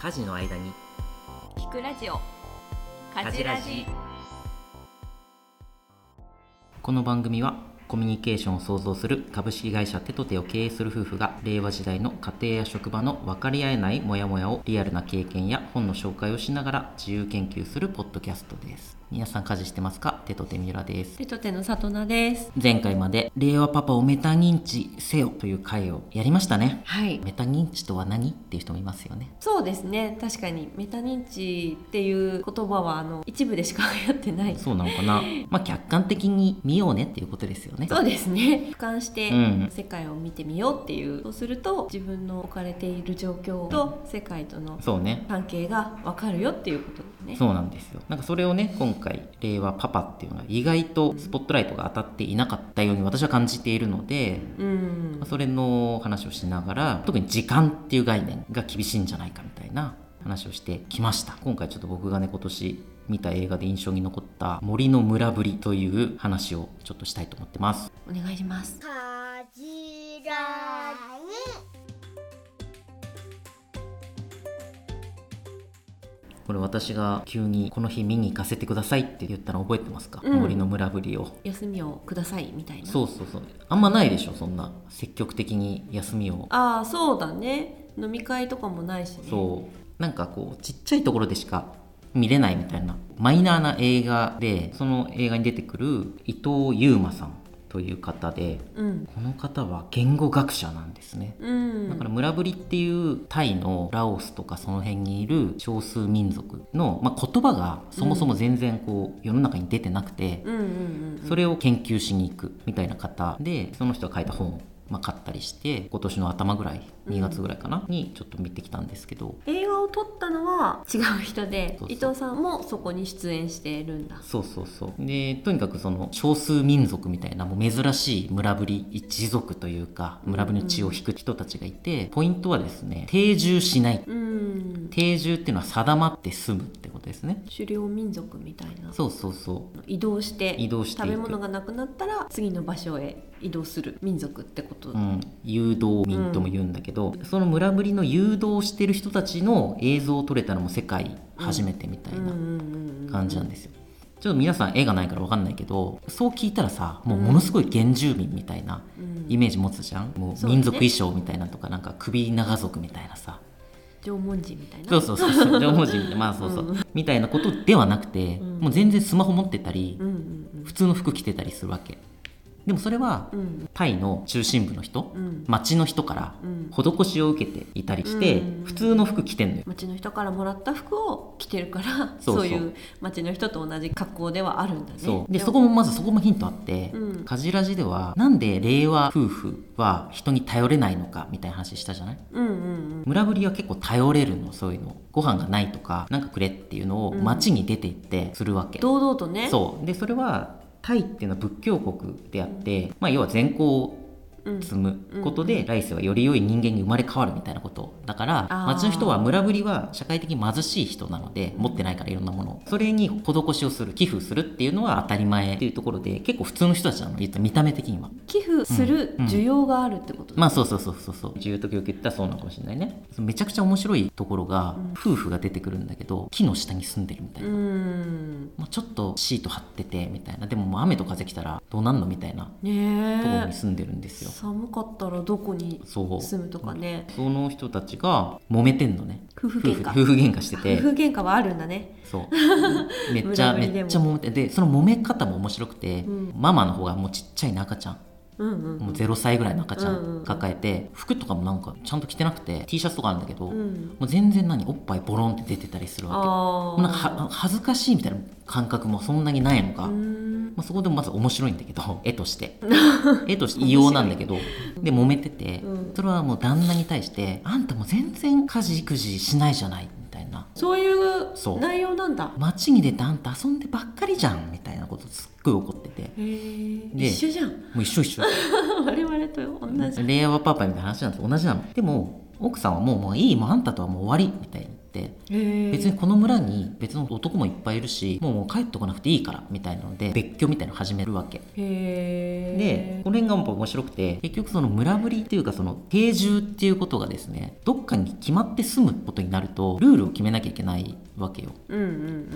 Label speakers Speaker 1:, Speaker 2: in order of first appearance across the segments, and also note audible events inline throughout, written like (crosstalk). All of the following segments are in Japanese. Speaker 1: 家事の間に
Speaker 2: 聞くラジオ
Speaker 1: 家事ラジこの番組はコミュニケーションを創造する株式会社テトテを経営する夫婦が令和時代の家庭や職場の分かり合えないモヤモヤをリアルな経験や本の紹介をしながら自由研究するポッドキャストです皆さん家事してますかテトテミュラです
Speaker 2: 手と手の里奈です
Speaker 1: 前回まで令和パパをメタ認知せよという回をやりましたね
Speaker 2: はい
Speaker 1: メタ認知とは何っていう人もいますよね
Speaker 2: そうですね確かにメタ認知っていう言葉はあの一部でしかやってない
Speaker 1: そうなのかなまあ客観的に見ようねっていうことですよね
Speaker 2: そうですね俯瞰して
Speaker 1: うん
Speaker 2: 世界を見てみようっていうそうすると自分の置かれている状況と世界との
Speaker 1: そうね
Speaker 2: 関係がわかるよっていうことですね
Speaker 1: そうなんですよなんかそれをね今回令和パパっていうのは意外とスポットライトが当たっていなかったように私は感じているので、
Speaker 2: うん
Speaker 1: まあそれの話をしながら特に時間っていう概念が厳しいんじゃないかみたいな話をしてきました今回ちょっと僕がね今年見た映画で印象に残った「森の村ぶり」という話をちょっとしたいと思ってます
Speaker 2: お願いします
Speaker 3: かじらに
Speaker 1: これ私が急に「この日見に行かせてください」って言ったの覚えてますか、
Speaker 2: うん
Speaker 1: 森の村ぶりを
Speaker 2: 休みをくださいみたいな
Speaker 1: そうそうそうあんまないでしょそんな積極的に休みを
Speaker 2: ああそうだね飲み会とかもないしね
Speaker 1: そうなんかこうちっちゃいところでしか見れないみたいなマイナーな映画でその映画に出てくる伊藤優馬さんという方で
Speaker 2: うん
Speaker 1: この方は言語学者なんですね
Speaker 2: うん
Speaker 1: だから村ぶりっていうタイのラオスとかその辺にいる少数民族の、まあ、言葉がそもそも全然こう世の中に出てなくて、
Speaker 2: うんうんうんうん
Speaker 1: それを研究しに行くみたいな方でその人が書いた本を、まあ、買ったりして今年の頭ぐらい2月ぐらいかな、にちょっと見てきたんですけど
Speaker 2: 映画を撮ったのは違う人で
Speaker 1: そうそう
Speaker 2: 伊藤さんもそこに出演しているんだ
Speaker 1: そうそうそうでとにかくその少数民族みたいなもう珍しい村ぶり一族というか村ぶりの血を引く人たちがいて、ポイントはですね定住しない
Speaker 2: うん
Speaker 1: 定住っていうのは定まって住むってことですね
Speaker 2: 狩猟民族みたいな
Speaker 1: そうそうそう
Speaker 2: 移動して
Speaker 1: 移動していく
Speaker 2: 食べ物がなくなったら次の場所へ移動する民族ってこと、
Speaker 1: うん、誘導民とも言うんだけど、その村ぶりの誘導してる人たちの映像を撮れたのも世界初めてみたいな感じなんですよ。ちょっと皆さん絵がないから分かんないけどそう聞いたらさもうものすごい原住民みたいなイメージ持つじゃん、もう
Speaker 2: そうね
Speaker 1: 民族衣装みたいなとかなんか首長族みたいなさ
Speaker 2: 縄文人みたいな
Speaker 1: そうそうそう
Speaker 2: (laughs)
Speaker 1: そう縄文人みたいなまあそうそう、みたいなことではなくて、もう全然スマホ持ってたり
Speaker 2: う、んうん
Speaker 1: 普通の服着てたりするわけでもそれは
Speaker 2: うんうん
Speaker 1: タイの中心部の人、
Speaker 2: うん
Speaker 1: 町の人から
Speaker 2: うん
Speaker 1: 施しを受けていたりして、
Speaker 2: うん
Speaker 1: 普通の服着てんのよ。
Speaker 2: 町の人からもらった服を着てるから
Speaker 1: (laughs) そ
Speaker 2: そうう
Speaker 1: そう
Speaker 2: いう町の人と同じ格好ではあるんだね
Speaker 1: そうで
Speaker 2: も
Speaker 1: そこもまずそこもヒントあって、
Speaker 2: うん
Speaker 1: カジラジではなんで令和夫婦は人に頼れないのかみたいな話したじゃない
Speaker 2: うんうん
Speaker 1: 村ぶりは結構頼れるのそういうのご飯がないとかなんかくれっていうのを
Speaker 2: うん
Speaker 1: 町に出て行ってするわけ、
Speaker 2: 堂々とね
Speaker 1: そうでそれはタイっていうのは仏教国であって、まあ、要は善行を
Speaker 2: う、ん、
Speaker 1: 積むことで来世はより良い人間に生まれ変わるみたいなことだから
Speaker 2: あー
Speaker 1: 町の人は村ぶりは社会的に貧しい人なので持ってないからいろんなものをそれに施しをする寄付するっていうのは当たり前っていうところで結構普通の人たちなの言ったら見た目的には
Speaker 2: 寄付する需要があるってことだ、
Speaker 1: まあそうそうそうそうそう自由と教育言ったらそうなのかもしれないねそのめちゃくちゃ面白いところが夫婦が出てくるんだけど木の下に住んでるみたいな
Speaker 2: うーん
Speaker 1: まあちょっとシート張っててみたいなでももう雨と風来たらどうなんのみたいなところ
Speaker 2: ね
Speaker 1: に
Speaker 2: え
Speaker 1: 住んでるんですよ
Speaker 2: 寒かったらどこに
Speaker 1: そう
Speaker 2: 住むとかね
Speaker 1: その人たちが揉めてんのね
Speaker 2: 夫婦喧嘩
Speaker 1: 夫婦夫婦喧嘩して
Speaker 2: 夫 (laughs) 婦
Speaker 1: て
Speaker 2: 喧嘩はあるんだね
Speaker 1: そう
Speaker 2: (laughs)
Speaker 1: めっちゃ
Speaker 2: 村ぶ
Speaker 1: め
Speaker 2: りでも
Speaker 1: っちゃ揉めてでその揉め方も面白くて、
Speaker 2: ん
Speaker 1: ママの方がもうちっちゃい赤ちゃん
Speaker 2: うんうん
Speaker 1: もう0歳ぐらいの赤ちゃ
Speaker 2: うんうん
Speaker 1: ん抱えて、服とかもなんかちゃんと着てなくて T シャツとかあるんだけど、
Speaker 2: ん
Speaker 1: もう全然何おっぱいボロンって出てたりするわ
Speaker 2: あ
Speaker 1: け
Speaker 2: あ
Speaker 1: なんかは恥ずかしいみたいな感覚もそんなにないのか、
Speaker 2: うーん
Speaker 1: まあ、そこでもまず面白いんだけ
Speaker 2: (laughs)
Speaker 1: ど絵として絵として異様なんだけどで揉めてて、
Speaker 2: うん
Speaker 1: それはもう旦那に対して「あんたもう全然家事育児しないじゃない」みたいな
Speaker 2: そういう
Speaker 1: そう
Speaker 2: 内容なんだ
Speaker 1: 「街に出てあんた遊んでばっかりじゃん」みたいなことすっごい怒ってて
Speaker 2: へえ
Speaker 1: で
Speaker 2: 一緒じゃん (laughs)
Speaker 1: もう一緒一緒
Speaker 2: 我々と同じ
Speaker 1: 令和パパみたいな話なんです同じなのでも奥さんはもう「もういいもうあんたとはもう終わり」みたいにって
Speaker 2: へえ
Speaker 1: 別にこの村に別の男もいっぱいいるしもうもう帰ってこなくていいからみたいなので別居みたいなの始めるわけ
Speaker 2: へえ
Speaker 1: でこの辺がやっぱ面白くて結局その村ぶりっていうかその定住っていうことがですねどっかに決まって住むことになるとルールを決めなきゃいけないわけよ
Speaker 2: うんう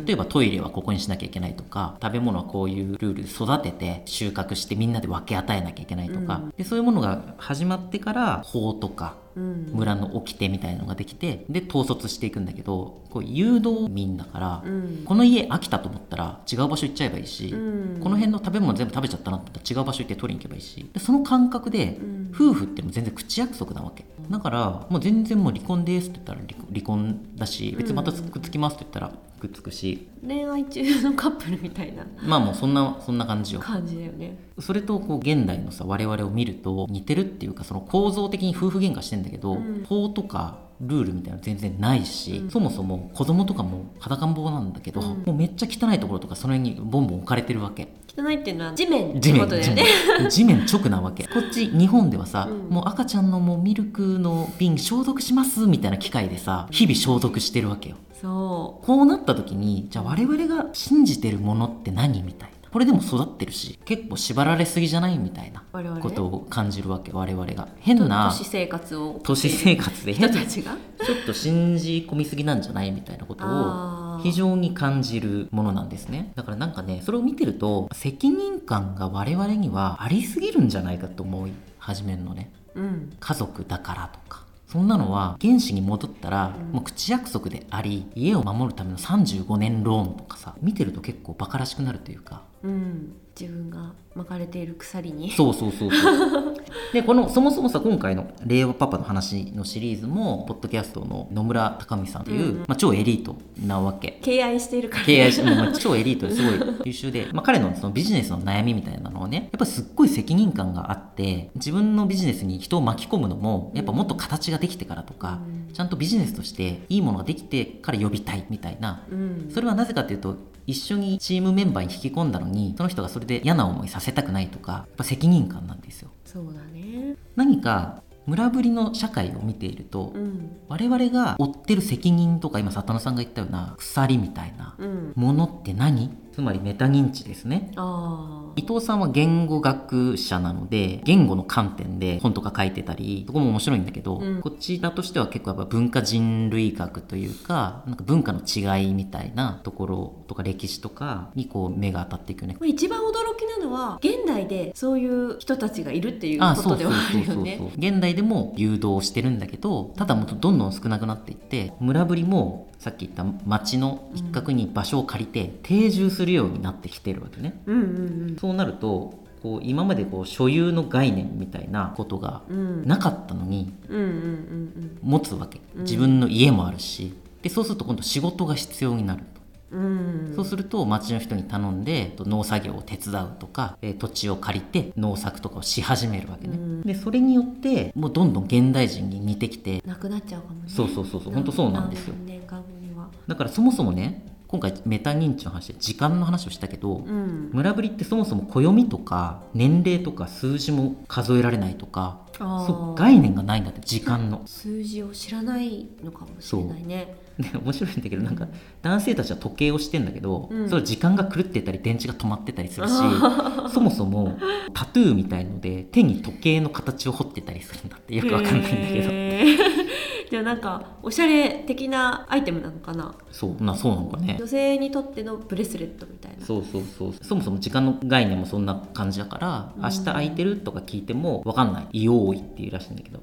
Speaker 2: ん
Speaker 1: 例えばトイレはここにしなきゃいけないとか食べ物はこういうルールで育てて収穫してみんなで分け与えなきゃいけないとか、
Speaker 2: うん
Speaker 1: でそういうものが始まってから法とか
Speaker 2: うん
Speaker 1: 村の掟みたいなのができてで統率していくんだけどこう誘導民だから、
Speaker 2: うん
Speaker 1: この家飽きたと思ったら違う場所行っちゃえばいいし、
Speaker 2: うん
Speaker 1: この辺の食べ物全部食べちゃったなと思ったら違う場所行って取りに行けばいいしでその感覚で
Speaker 2: うん
Speaker 1: 夫婦ってもう全然口約束なわけだからもう全然もう離婚ですって言ったら離離婚だし別にまたくっつきますって言ったらくっつくし
Speaker 2: 恋愛中のカップルみたいな
Speaker 1: まあもうそんなそんな感じよ
Speaker 2: 感じだよね
Speaker 1: それとこう現代のさ我々を見ると似てるっていうかその構造的に夫婦喧嘩してんだけど、
Speaker 2: うん
Speaker 1: 法とかルールみたいなの全然ないし、
Speaker 2: うん
Speaker 1: そもそも子供とかも裸ん坊なんだけど、
Speaker 2: うん
Speaker 1: もうめっちゃ汚いところとかその辺にボンボン置かれてるわけ
Speaker 2: 汚いっていうのは地面っ
Speaker 1: 地
Speaker 2: てこ
Speaker 1: 面
Speaker 2: とだ
Speaker 1: 地
Speaker 2: よね
Speaker 1: 面地面直なわけこっち日本ではさ、
Speaker 2: うん
Speaker 1: もう赤ちゃんのもうミルクの瓶消毒しますみたいな機械でさ日々消毒してるわけよ
Speaker 2: そ
Speaker 1: こうなった時にじゃあ我々が信じてるものって何みたいなこれでも育ってるし結構縛られすぎじゃないみたいな
Speaker 2: う我々
Speaker 1: ことを感じるわけ我々が
Speaker 2: と
Speaker 1: 変な
Speaker 2: 都市生活を
Speaker 1: 都市生活で
Speaker 2: 人
Speaker 1: 変な
Speaker 2: た
Speaker 1: ち
Speaker 2: ちが
Speaker 1: ょっと信じ込みすぎなんじゃないみたいなことを
Speaker 2: あー
Speaker 1: 非常に感じるものなんですねだからなんかねそれを見てると責任感が我々にはありすぎるんじゃないかと思い始めるのね
Speaker 2: うん
Speaker 1: 家族だからとかそんなのは原始に戻ったら
Speaker 2: うん
Speaker 1: もう口約束であり家を守るための35年ローンとかさ見てると結構バカらしくなるというか
Speaker 2: うん自分が巻かれている鎖に
Speaker 1: そうそうそうそう (laughs) でこのそもそもさ今回の「令和パパの話」のシリーズもポッドキャストの野村隆美さんという、
Speaker 2: うんうん
Speaker 1: まあ、超エリートなわけ
Speaker 2: 敬愛しているから
Speaker 1: 経営者もうまあ超エリートですごい優秀で、まあ、彼のそのビジネスの悩みみたいなのをねやっぱすっごい責任感があって自分のビジネスに人を巻き込むのもやっぱもっと形ができてからとか、
Speaker 2: うん
Speaker 1: ちゃんとビジネスとしていいものができてから呼びたいみたいな
Speaker 2: うん
Speaker 1: それはなぜかというと一緒にチームメンバーに引き込んだのにその人がそれで嫌な思いさせたくないとかやっぱ責任感なんですよ
Speaker 2: そうだね
Speaker 1: 何か村ぶりの社会を見ていると、
Speaker 2: うん
Speaker 1: 我々が負ってる責任とか今佐田野さんが言ったような鎖みたいな
Speaker 2: うん
Speaker 1: ものって何つまりメタ認知ですね
Speaker 2: あ
Speaker 1: 伊藤さんは言語学者なので言語の観点で本とか書いてたりそこも面白いんだけど、
Speaker 2: うん
Speaker 1: こちらとしては結構やっぱ文化人類学というかなんか文化の違いみたいなところとか歴史とかにこう目が当たっていくよね
Speaker 2: あ。一番驚きなのは現代でそういう人たちがいるっていう
Speaker 1: あ
Speaker 2: こ
Speaker 1: そ
Speaker 2: と
Speaker 1: う
Speaker 2: で
Speaker 1: そう
Speaker 2: はあ
Speaker 1: そう
Speaker 2: るよ
Speaker 1: そう
Speaker 2: ね。
Speaker 1: 現代でも誘導してるんだけどただもうどんどん少なくなっていって村ぶりもさっき言った町の一角に場所を借りて定住するようになってきてるわけね。
Speaker 2: うんうん
Speaker 1: そうなるとこう今までこう所有の概念みたいなことが
Speaker 2: うんうん
Speaker 1: なかったのに
Speaker 2: うんうんうん
Speaker 1: 持つわけ
Speaker 2: うん
Speaker 1: 自分の家もあるしでそうすると今度仕事が必要になると。
Speaker 2: うんうん
Speaker 1: そうすると町の人に頼んでと農作業を手伝うとか、えー土地を借りて農作とかをし始めるわけね、
Speaker 2: うん
Speaker 1: でそれによってもうどんどん現代人に似てきて
Speaker 2: なくなっちゃうかもね。
Speaker 1: そうそうそうそう本当そうなんですよ
Speaker 2: 何年間後には。
Speaker 1: だからそもそもね今回メタ認知の話で時間の話をしたけど、
Speaker 2: うん。
Speaker 1: 村ぶりってそもそも暦とか年齢とか数字も数えられないとか
Speaker 2: あー
Speaker 1: そう概念がないんだって時間の
Speaker 2: 数字を知らないのかもしれないね。
Speaker 1: で面白いんだけどなんか男性たちは時計をしてんだけど、
Speaker 2: うん
Speaker 1: それは時間が狂ってたり電池が止まってたりするしそもそもタトゥーみたいので手に時計の形を彫ってたりするんだってよくわかんないんだけど
Speaker 2: へー (laughs) じゃあなんかおしゃれ的なアイテムなのかな。
Speaker 1: そうなそうなのかね
Speaker 2: 女性にとってのブレスレットみたいな。
Speaker 1: そうそうそうそもそも時間の概念もそんな感じだから
Speaker 2: うん
Speaker 1: 明日空いてるとか聞いても分かんない「いよーい」っていうらしいんだけど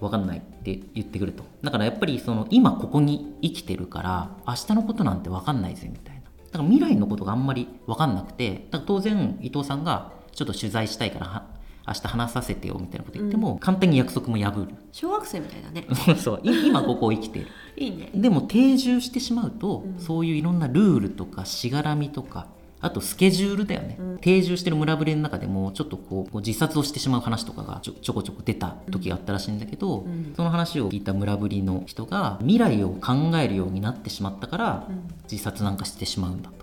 Speaker 1: 分かんないって言ってくるとだからやっぱりその今ここに生きてるから明日のことなんて分かんないぜみたいなだから未来のことがあんまり分かんなくてだから当然伊藤さんがちょっと取材したいからは明日話させてよみたいなこと言っても、簡単に約束も破る
Speaker 2: 小学生みたいだね。
Speaker 1: (laughs) そうい今ここを生きてる
Speaker 2: いいね。
Speaker 1: でも定住してしまうと、
Speaker 2: うん
Speaker 1: そういういろんなルールとかしがらみとかあとスケジュールだよね、
Speaker 2: うん
Speaker 1: 定住してる村ぶりの中でもちょっとこうこう自殺をしてしまう話とかがちょちょこちょこ出た時があったらしいんだけど、
Speaker 2: うん
Speaker 1: その話を聞いた村ぶりの人が未来を考えるようになってしまったから、自殺なんかしてしまうんだと
Speaker 2: うん。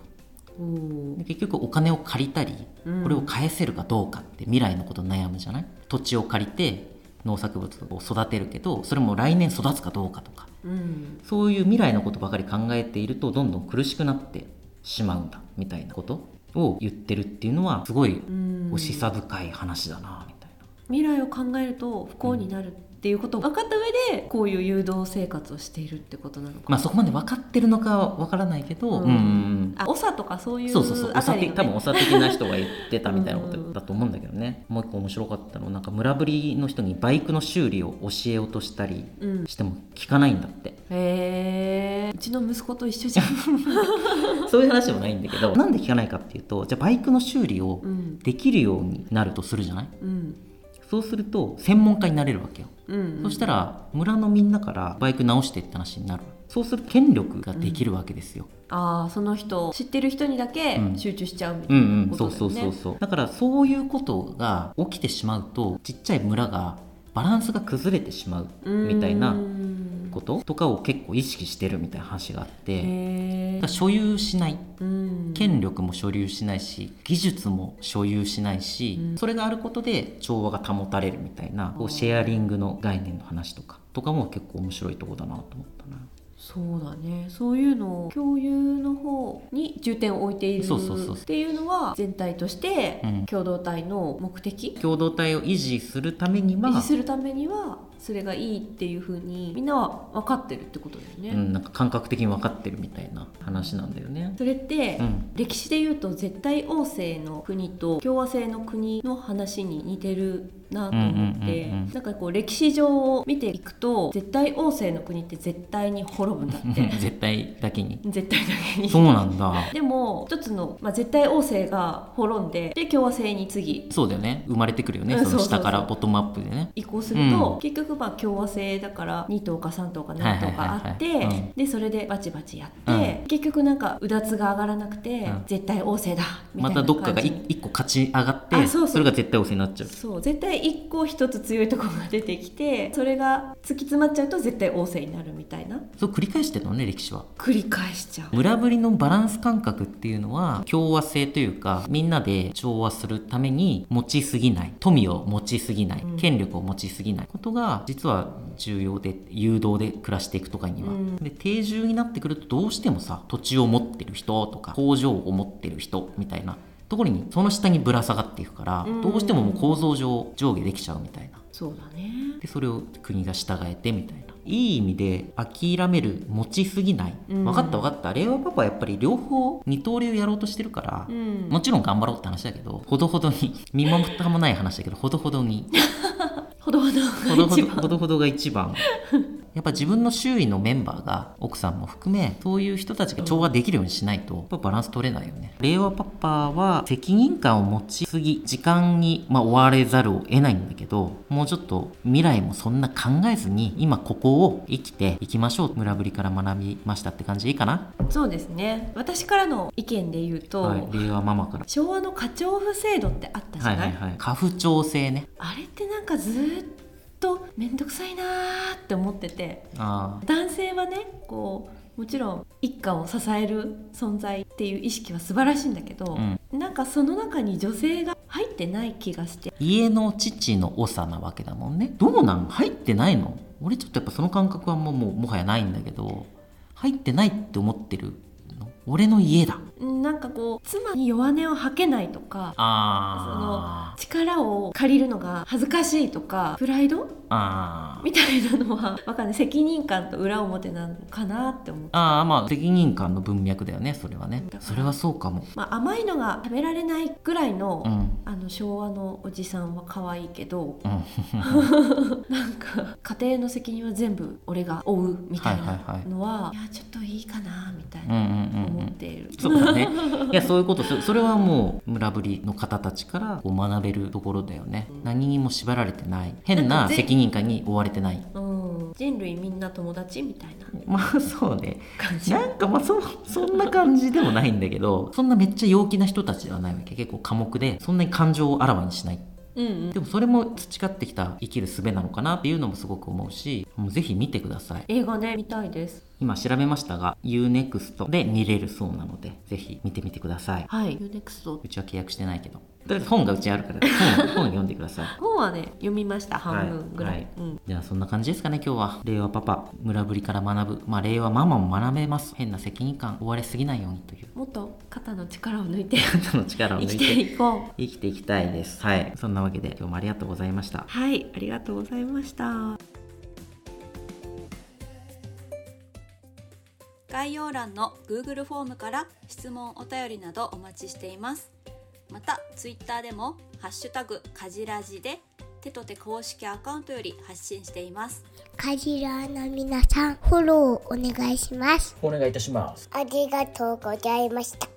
Speaker 2: おー
Speaker 1: で結局お金を借りたり
Speaker 2: うん
Speaker 1: これを返せるかどうかって未来のこと悩むじゃない土地を借りて農作物を育てるけどそれも来年育つかどうかとか
Speaker 2: うん
Speaker 1: そういう未来のことばかり考えているとどんどん苦しくなってしまうんだみたいなことを言ってるっていうのはすごい
Speaker 2: うん
Speaker 1: お示唆深い話だなみたいな。
Speaker 2: 未来を考えると不幸になるっていうことを分かった上でこういう誘導生活をしているってことなのか、
Speaker 1: まあそこまで分かってるのかわからないけど、
Speaker 2: うん
Speaker 1: うんうん
Speaker 2: あ長とかそう
Speaker 1: う
Speaker 2: い
Speaker 1: ん
Speaker 2: う
Speaker 1: そうそうそう、お
Speaker 2: あ
Speaker 1: さ
Speaker 2: た
Speaker 1: て
Speaker 2: り
Speaker 1: 多分おさ的な人が言ってたみたいなこ
Speaker 2: う
Speaker 1: と
Speaker 2: んうん
Speaker 1: だと思うんだけどね、もう一個面白かったのはなんか村ぶりの人にバイクの修理を教えようとしたり
Speaker 2: 分、うん、
Speaker 1: しても聞かないんだって (laughs)
Speaker 2: へえうちの息子と一緒じゃん、
Speaker 1: そういう話でもないんだけどなんで聞かないかっていうとじゃあバイクの修理を
Speaker 2: うん
Speaker 1: できるようになるとするじゃない
Speaker 2: うん
Speaker 1: そうすると専門家になれるわけよ、
Speaker 2: うん、
Speaker 1: そしたら村のみんなからバイク直してって話になるそうすると権力ができるわけですよ、
Speaker 2: ああその人知ってる人にだけ
Speaker 1: うん
Speaker 2: 集中しちゃうみた
Speaker 1: う
Speaker 2: い
Speaker 1: ん
Speaker 2: な、
Speaker 1: うん、
Speaker 2: こと
Speaker 1: そう
Speaker 2: だよ
Speaker 1: そ
Speaker 2: ね
Speaker 1: うそうそうだからそういうことが起きてしまうとちっちゃい村がバランスが崩れてしまうみたいな
Speaker 2: うん
Speaker 1: こととかを結構意識してるみたいな話があって、だ
Speaker 2: へえ
Speaker 1: から所有しない
Speaker 2: うん
Speaker 1: 権力も所有しないし技術も所有しないし、
Speaker 2: うん
Speaker 1: それがあることで調和が保たれるみたいなこ
Speaker 2: あー
Speaker 1: うシェアリングの概念の話とかとかも結構面白いとこだなと思ったな。
Speaker 2: そうだねそういうのを共有の方に重点を置いている
Speaker 1: そうそうそう
Speaker 2: っていうのは全体として
Speaker 1: うん
Speaker 2: 共同体の目的、
Speaker 1: 共同体を維持するためには
Speaker 2: 維持するためにはそれがいいっていうふうにみんなは分かってるってことだよね、
Speaker 1: うん、なんか感覚的に分かってるみたいな話なんだよね。
Speaker 2: それって、
Speaker 1: うん
Speaker 2: 歴史で言うと絶対王政の国と共和制の国の話に似てるなと思って、
Speaker 1: うんうんうんうん
Speaker 2: なんかこう歴史上を見ていくと絶対王政の国って絶対に滅ぶんだって
Speaker 1: (laughs) 絶対だけに。
Speaker 2: 絶対だけに
Speaker 1: そうなんだ。
Speaker 2: でも一つの、まあ、絶対王政が滅んでで共和制に次
Speaker 1: そうだよね。生まれてくるよね。
Speaker 2: うん
Speaker 1: そ
Speaker 2: そ
Speaker 1: の
Speaker 2: うそうそう
Speaker 1: 下からボトムアップでね。
Speaker 2: 移行すると、
Speaker 1: うん
Speaker 2: 結局まあ共和制だから2等か3等か何等かあって、
Speaker 1: はいはいはいはいうん
Speaker 2: でそれでバチバチやって、結局なんかうだつが上がらなくて、
Speaker 1: うん
Speaker 2: 絶対王政だみた
Speaker 1: ま
Speaker 2: いな
Speaker 1: た
Speaker 2: 感じ
Speaker 1: どっかがい一個勝ち上がって
Speaker 2: あそうそう
Speaker 1: それが絶対押せになっちゃう。
Speaker 2: そう絶対一個一つ強いところが出てきてそれが突き詰まっちゃうと絶対王政になるみたいな
Speaker 1: そう繰り返してるのね歴史は。
Speaker 2: 繰り返しちゃう。
Speaker 1: 村ぶりのバランス感覚っていうのは共和制というかみんなで調和するために持ちすぎない富を持ちすぎない
Speaker 2: うん
Speaker 1: 権力を持ちすぎないことが実は重要で誘導で暮らしていくとかには、
Speaker 2: うん
Speaker 1: で定住になってくるとどうしてもさ土地を持ってる人とか工場を持ってる人みたいなところにその下にぶら下がっていくから、
Speaker 2: うん
Speaker 1: どうしてももう構造上上下できちゃうみたいな
Speaker 2: そうだね
Speaker 1: でそれを国が従えてみたいないい意味で諦める持ちすぎない、
Speaker 2: うん
Speaker 1: 分かった分かった令和パパはやっぱり両方二刀流やろうとしてるから、
Speaker 2: うん
Speaker 1: もちろん頑張ろうって話だけどほどほどに身も蓋もない話だけどほどほどに
Speaker 2: ほどほど
Speaker 1: ほどほ
Speaker 2: が
Speaker 1: ど
Speaker 2: 一番
Speaker 1: ほどほどが一番やっぱ自分の周囲のメンバーが奥さんも含めそういう人たちが調和できるようにしないとやっぱバランス取れないよね令和パパは責任感を持ちすぎ時間に、まあ、追われざるを得ないんだけどもうちょっと未来もそんな考えずに今ここを生きていきましょう村ぶりから学びましたって感じでいいかな、
Speaker 2: そうですね私からの意見で言うと、
Speaker 1: はい、令和ママから
Speaker 2: 昭和の課長夫制度ってあったじ
Speaker 1: は
Speaker 2: ゃないい、
Speaker 1: はいはい家父長制ね
Speaker 2: あれってなんかずーっと面倒くさいなーって思ってて
Speaker 1: ああ
Speaker 2: 男性はねこうもちろん一家を支える存在っていう意識は素晴らしいんだけど、なんかその中に女性が入ってない気がして
Speaker 1: 家の父の長なわけだもんねどうなん入ってないの俺ちょっとやっぱその感覚はもうもうもはやないんだけど入ってないって思ってるの俺の家だ
Speaker 2: なんかこう妻に弱音を吐けないとか
Speaker 1: あー
Speaker 2: 力を借りるのが恥ずかしいとかプライド
Speaker 1: あー
Speaker 2: みたいなのはわかんない責任感と裏表なのかなって思う
Speaker 1: あーまあ責任感の文脈だよねそれはね
Speaker 2: だから
Speaker 1: それはそうかも
Speaker 2: まあ、甘いのが食べられないぐらいの,、
Speaker 1: うん
Speaker 2: あの昭和のおじさんは可愛いけど
Speaker 1: うん (laughs) はい
Speaker 2: なんか家庭の責任は全部俺が負うみたい
Speaker 1: はい
Speaker 2: な
Speaker 1: はい
Speaker 2: のは,、いやちょっといいかなみたい
Speaker 1: うんう
Speaker 2: なん
Speaker 1: うんう
Speaker 2: 思っ
Speaker 1: ん
Speaker 2: ている、
Speaker 1: そうだねいやそういうことそそれはもう村ぶりの方たちからこう学べるところだよね何にも縛られてない変
Speaker 2: なん
Speaker 1: な
Speaker 2: かぜ
Speaker 1: 責任感に追われてない
Speaker 2: うん人類みんな友達みたいな
Speaker 1: まあそうね
Speaker 2: 感じ
Speaker 1: なんかまあそそんな感じでもないんだけどそんなめっちゃ陽気な人たちではないわけ結構寡黙でそんなに感情をあらわにしない
Speaker 2: うんうん
Speaker 1: でもそれも培ってきた生きる術なのかなっていうのもすごく思うしもうぜひ見てください
Speaker 2: 映画ね見たいです
Speaker 1: 今調べましたが UNEXT で見れるそうなのでぜひ見てみてください
Speaker 2: はい UNEXT
Speaker 1: うちは契約してないけどとりあえず本がうちにあるから本 (laughs) 本読んでください
Speaker 2: 本はね読みました半分ぐらい、
Speaker 1: はいはい
Speaker 2: うん、
Speaker 1: じゃあそんな感じですかね今日は令和パパ村ぶりから学ぶまあ令和ママも学べます変な責任感追われすぎないようにという
Speaker 2: もっと肩の力を
Speaker 1: (laughs)
Speaker 2: 抜いて
Speaker 1: 肩の力を
Speaker 2: 生
Speaker 1: 抜
Speaker 2: き
Speaker 1: い
Speaker 2: て
Speaker 1: て
Speaker 2: いこう
Speaker 1: 生きていきたいですはいそんなわけで今日もありがとうございました
Speaker 2: はいありがとうございました
Speaker 4: 概要欄の Google フォームから質問お便りなどお待ちしていますまた Twitter でも「ハッシュタグかじらじ」で手と手公式アカウントより発信しています
Speaker 3: カジラの皆さん、フォローお願いします。
Speaker 1: お願いいたします
Speaker 3: ありがとうございました。